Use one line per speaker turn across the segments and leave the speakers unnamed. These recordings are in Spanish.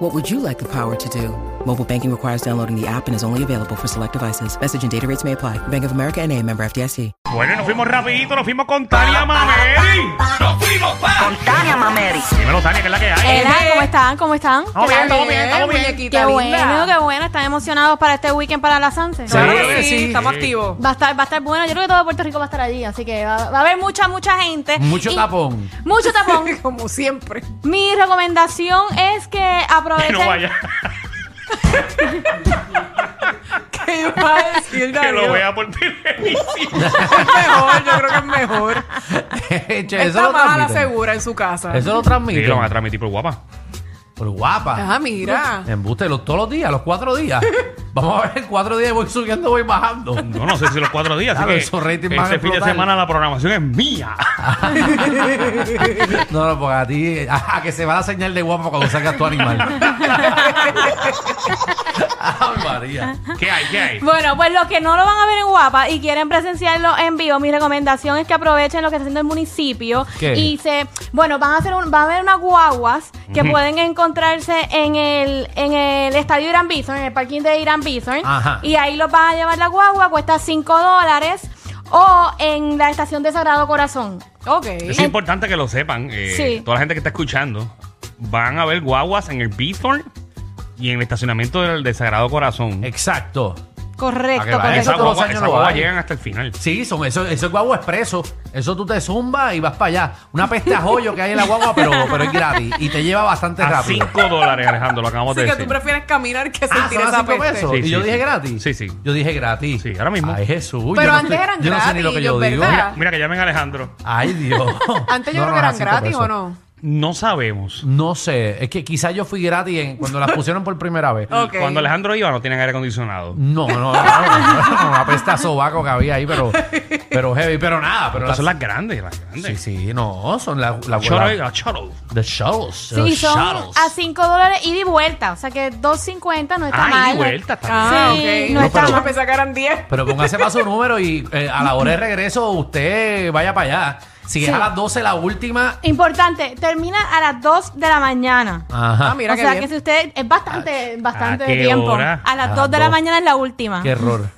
What would you like the power to do? Mobile banking requires downloading the app and is only available for select devices. Message and data rates may apply. Bank of America and a member FDIC.
Bueno, nos fuimos rapidito, nos fuimos con Tania Mameri.
¡Nos fuimos pa!
Tania Mameri.
Dímelo, Tania, que es la que hay.
Hola, ¿cómo están? ¿Cómo están?
Estamos bien, estamos bien, estamos bien.
Qué bueno, qué bueno. ¿Están emocionados para este weekend para la Sanse?
Claro
Claro que
sí,
sí, estamos activos.
Va a estar, va a estar bueno. Yo creo que todo Puerto Rico va a estar allí, así que va, va a haber mucha, mucha gente.
Mucho
Y-
tapón.
Mucho tapón.
Como siempre.
Mi recomendación es que
Que
aprovechen.
no vaya,
¿Qué iba a decir,
que lo
Darío?
vea por televisión.
Es mejor, yo creo que es mejor.
Che, eso
Está
lo
más a la
transmiten.
segura en su casa.
Eso lo
Sí, lo van a
transmiten.
transmitir por guapa.
Por guapa.
Ah, mira.
Embuste los, todos los días, los cuatro días. Vamos a ver, cuatro días voy subiendo, voy bajando.
No, no sé si los cuatro días.
Claro,
así
esos
que
ratings van a
este fin de
explotar.
semana la programación es mía.
No, no, porque a ti, a que se va la señal de guapa cuando sacas tu animal. Ay, María.
¿Qué hay? ¿Qué hay?
Bueno, pues los que no lo van a ver en Guapa y quieren presenciarlo en vivo, mi recomendación es que aprovechen lo que está haciendo el municipio
¿Qué?
y se, bueno, van a hacer un, van a haber unas guaguas que pueden encontrarse en el en el estadio Irán Bison, en el parking de Irán Bison
Ajá.
y ahí los van a llevar la guagua, cuesta 5 dólares o en la estación de Sagrado Corazón.
Ok.
Es importante que lo sepan. eh,
Sí.
Toda la gente que está escuchando van a ver guaguas en el Bithorn y en el estacionamiento del de Sagrado Corazón.
Exacto.
Correcto,
Ah, que va,
correcto.
Esas
Eh, todos los
guaguas
años
esas
lo
guaguas
hay.
llegan hasta el final.
Sí, son, eso, eso es guagua expreso. Eso tú te zumbas y vas para allá. Una peste a joyo que hay en la guagua, pero, pero es gratis. Y te lleva bastante
A
rápido.
5 dólares, Alejandro, lo acabamos
Así
de
que
decir.
tú prefieres caminar que
Ah,
sentir
son a
esa
cinco
peste.
pesos.
Sí,
y
sí,
yo dije
sí.
gratis.
Sí, sí.
Yo dije gratis.
Sí, ahora mismo.
Ay, Jesús. yo
Pero
no
antes
sé-
eran
Yo no sé ni lo
gratis,
que yo
yo,
digo.
¿verdad?
Mira, mira que llamen a Alejandro.
Ay, Dios.
Antes yo
No,
creo
no, era
que eran
cinco
gratis,
pesos.
¿o no?
No sabemos.
No sé. Es que quizás yo fui gratis en- cuando las pusieron por primera vez.
Ok.
Cuando Alejandro iba no tienen aire acondicionado.
No, no, no, no, no, una peste a sobaco que había ahí, pero, pero heavy, pero nada, pero
Estas
las-
son las grandes, las
sí,
grandes.
sí, no, son las la,
Choro,
la-
oiga, choro.
the shuttles,
Sí,
los
son
shuttles.
a 5 dólares ida y vuelta, o sea que 2.50 no está
Ah,
mal.
y vuelta también.
Ah,
Sí,
ok.
no
No,
está
pero
mal.
yo pensé que eran 10.
Pero póngase para su número y eh, a la hora de regreso usted vaya para allá. Si es
Sí.
a las 12 la última,
Importante, termina a las 2 de la mañana.
ajá.
Ah, mira
o
qué
sea
bien.
que si usted es bastante, bastante
Ah, ¿a qué
tiempo.
hora? Ah,
A las
A
2 de la
dos.
mañana es la
Ah.
última.
Qué error.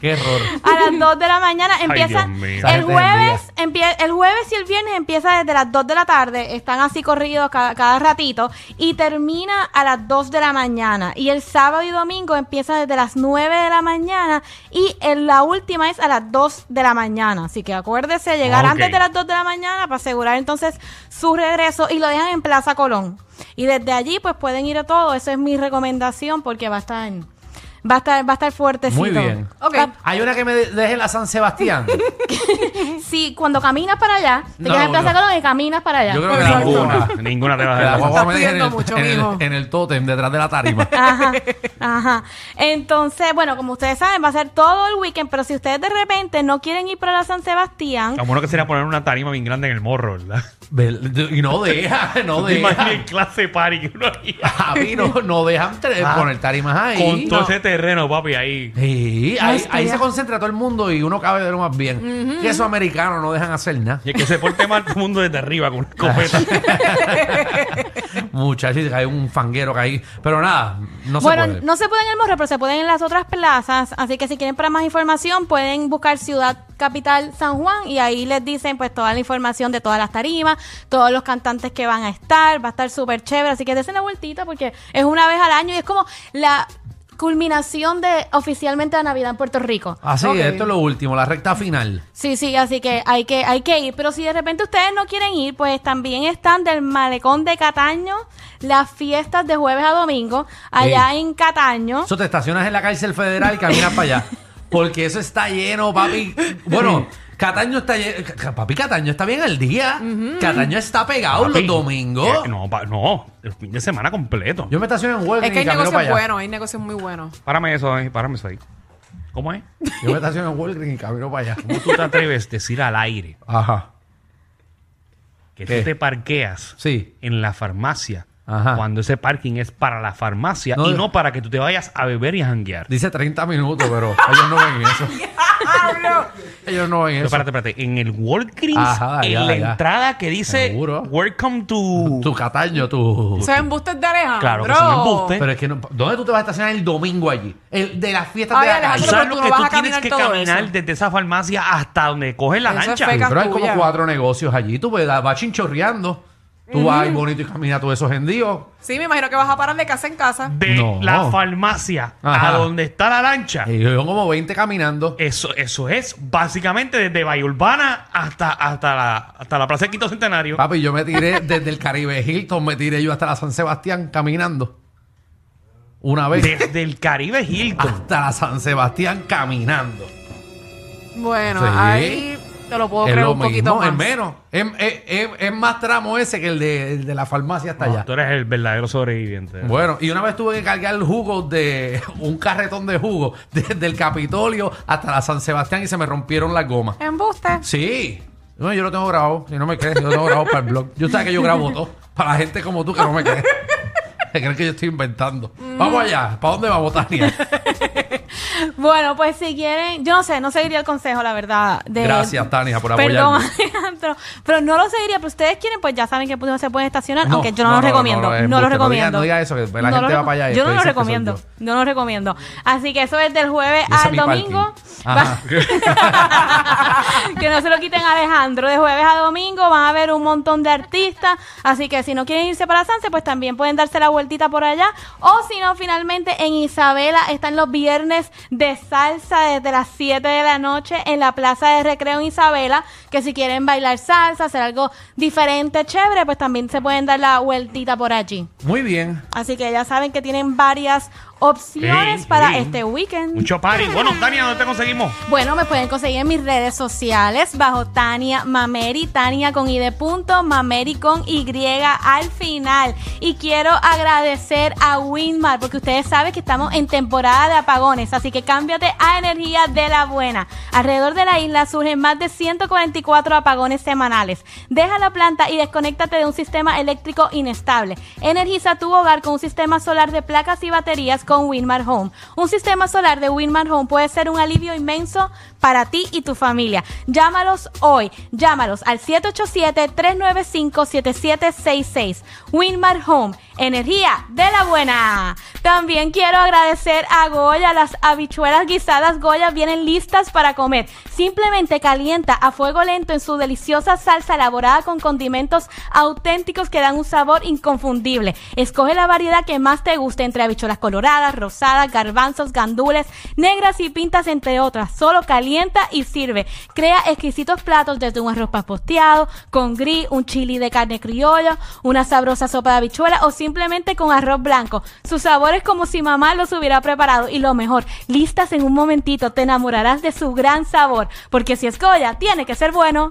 Qué error.
A las 2 de la mañana empieza
Dios mío.
Esa gente es
el
envidia.
jueves, empie- el jueves y el viernes empieza desde las 2 de la tarde, están así corridos ca- cada, ratito y termina a las 2 de la mañana y el sábado y domingo empieza desde las 9 de la mañana y en la última es a las 2 de la mañana, así que acuérdese llegar
Ok.
antes de las 2 de la mañana para asegurar entonces su regreso y lo dejan en Plaza Colón. Y desde allí pues pueden ir a todo, esa es mi recomendación porque va a estar va a estar va a estar fuertecito.
Muy bien.
Ok.
Ah,
Hay una que me de- deje en la San Sebastián. Yo
Sí, cuando caminas para allá, te
No,
quedas en Plaza
no.
Colón y caminas para allá.
creo que la
Ninguna,
guagua-
ninguna te va a
que la
dejar.
guagua me deje en
pidiendo
el,
mucho,
en,
mijo. Ah.
el, en el tótem detrás de la tarima.
Ajá, ajá. Entonces, bueno, como ustedes saben, va a ser todo el weekend, pero si ustedes de repente no quieren ir para la San Sebastián,
Lo bueno que sería poner una tarima bien grande en el morro, ¿verdad?
Vel- Y no deja, no
Imagínate
deja.
el clase party que uno haría.
Javi, no, no dejan tre-
Ah,
poner tarimas ahí.
Con todo
No.
ese terreno, papi, ahí.
Sí, ahí,
Ay,
ahí
espera.
se concentra todo el mundo y uno cabe de lo más bien. Y esos americanos no dejan hacer nada.
Y es que se porte mal todo el mundo desde arriba con una escopeta.
Muchachos, hay un fanguero que hay. Pero nada, no
bueno,
se puede.
no se pueden en el Morro, pero se pueden en las otras plazas. Así que si quieren para más información, pueden buscar Ciudad Capital San Juan y ahí les dicen pues toda la información de todas las tarimas, todos los cantantes que van a estar. Va a estar súper chévere. Así que desen la vueltita porque es una vez al año y es como la culminación de oficialmente la Navidad en Puerto Rico.
Así,
Ok.
esto es lo último, la recta final.
Sí, sí, así que hay que hay que ir, pero si de repente ustedes no quieren ir, pues también están del malecón de Cataño las fiestas de jueves a domingo allá en Cataño.
Eso te estacionas en la cárcel federal y caminas para allá. Porque eso está lleno, papi. Bueno, Cataño está lleno. Papi, Cataño está bien al día. Cataño está pegado
Papi,
los domingos.
eh, no, pa- no, el fin de semana completo.
Yo me estaciono en Walgreens
Es que
y
hay
camino para
negocios
allá.
buenos, hay negocios muy buenos.
eh, Párame eso ahí, párame eso ahí. ¿Cómo es?
Yo me estaciono en Walgreens y camino para allá.
¿Cómo tú te atreves a decir al aire
Ajá.
que
¿Qué?
tú te parqueas
Sí.
en la farmacia
Ajá.
cuando ese parking es para la farmacia
No,
y
de-
no para que tú te vayas a beber y a janguear?
Dice 30 minutos, pero ellos no ven eso.
¡Diablo!
Ellos no ven
Pero
eso.
espérate, espérate. En el Walgreens,
Ajá,
en
ya,
la
ya.
entrada que dice
Seguro.
Welcome to...
Tu Cataño, tu...
Son embustes de Alejandro.
Claro que son embustes.
Pero es que no- ¿Dónde tú te vas a estacionar el domingo allí? El de las fiestas
Ay,
de la
¿Tú
Alejandro,
calle.
sabes
pero
lo
tú no
que
vas
tú
a
tienes
caminar
que
todo
caminar
eso.
desde esa farmacia hasta donde coges la
Eso es
lancha?
feca.
Pero hay como
Tuya.
cuatro negocios allí. Tú pues, vas chinchorreando. Tú vas ahí bonito y caminas todos esos hendíos.
Sí, me imagino que vas a parar de casa en casa.
De
No.
la farmacia
Ajá.
a donde está la lancha.
Y yo como 20 caminando.
Eso, eso es básicamente desde Bahía Urbana hasta, hasta, la, hasta la Plaza de Quito Centenario.
Papi, yo me tiré desde el Caribe Hilton, me tiré yo hasta la San Sebastián caminando. Una vez.
Desde el Caribe Hilton.
Hasta la San Sebastián caminando.
Bueno,
Sí.
ahí te lo puedo
es
creer
lo
un poquito
mismo,
más.
es menos. Es, es- es- es más tramo ese que el de, el de la farmacia hasta
No,
allá.
tú eres el verdadero sobreviviente.
Bueno, y una vez tuve que cargar el jugo de un carretón de jugo desde el Capitolio hasta la San Sebastián y se me rompieron las gomas.
Embuste.
Sí. No, yo lo tengo grabado. Si no me crees, yo lo tengo grabado para el blog. Yo sabía que yo grabo todo. Para la gente como tú que no me cree. Que creen que yo estoy inventando.
Mm.
Vamos allá. ¿Para dónde vamos, Tania?
Bueno, pues si quieren, yo no sé, no seguiría el consejo, la verdad. De,
Gracias, Tania, por
Perdón,
apoyarme.
Alejandro, pero no lo seguiría, pero ustedes quieren, pues ya saben que no se pueden estacionar, aunque yo no, lo recomiendo. No,
es
lo
embuste. diga-
recomiendo.
No diga eso, que la
No lo
gente va
reco-
para allá. y
Yo
después
no lo
dice que soy
recomiendo, no lo recomiendo. Así que eso es del jueves
Y ese es
al
mi
domingo.
parking.
Va-
Ajá.
que no se lo quiten a Alejandro. De jueves a domingo van a haber un montón de artistas. Así que si no quieren irse para Sanse, pues también pueden darse la vueltita por allá. O si no, finalmente en Isabela están los viernes de salsa desde las 7 de la noche en la plaza de recreo en Isabela. Que si quieren bailar salsa, hacer algo diferente, chévere, pues también se pueden dar la vueltita por allí.
yo. Muy bien.
Así que ya saben que tienen varias opciones
Sí,
para
sí.
este weekend.
Mucho party. Bueno, Tania, ¿dónde te conseguimos?
Bueno, me pueden conseguir en mis redes sociales bajo Tania Mameri, Tania con I de punto, Mameri con Y al final. Y quiero agradecer a Winmar porque ustedes saben que estamos en temporada de apagones, así que cámbiate a energía de la buena. Alrededor de la isla surgen más de 144 apagones semanales. Deja la planta y desconéctate de un sistema eléctrico inestable. Energiza tu hogar con un sistema solar de placas y baterías con Winmar Home. Un sistema solar de Winmar Home puede ser un alivio inmenso para ti y tu familia. Llámalos hoy. Llámalos al 787-395-7766. Winmar Home. Energía de la buena. También quiero agradecer a Goya. Las habichuelas guisadas Goya vienen listas para comer. Simplemente calienta a fuego lento en su deliciosa salsa elaborada con condimentos auténticos que dan un sabor inconfundible. Escoge la variedad que más te guste entre habichuelas coloradas, rosadas, garbanzos, gandules, negras y pintas, entre otras. Solo calienta y sirve. Crea exquisitos platos desde un arroz paposteado, con gris, un chili de carne criolla, una sabrosa sopa de habichuela o simplemente con arroz blanco. Su sabor es como si mamá los hubiera preparado y lo mejor, listas en un momentito, te enamorarás de su gran sabor, porque si es Goya, tiene que ser bueno.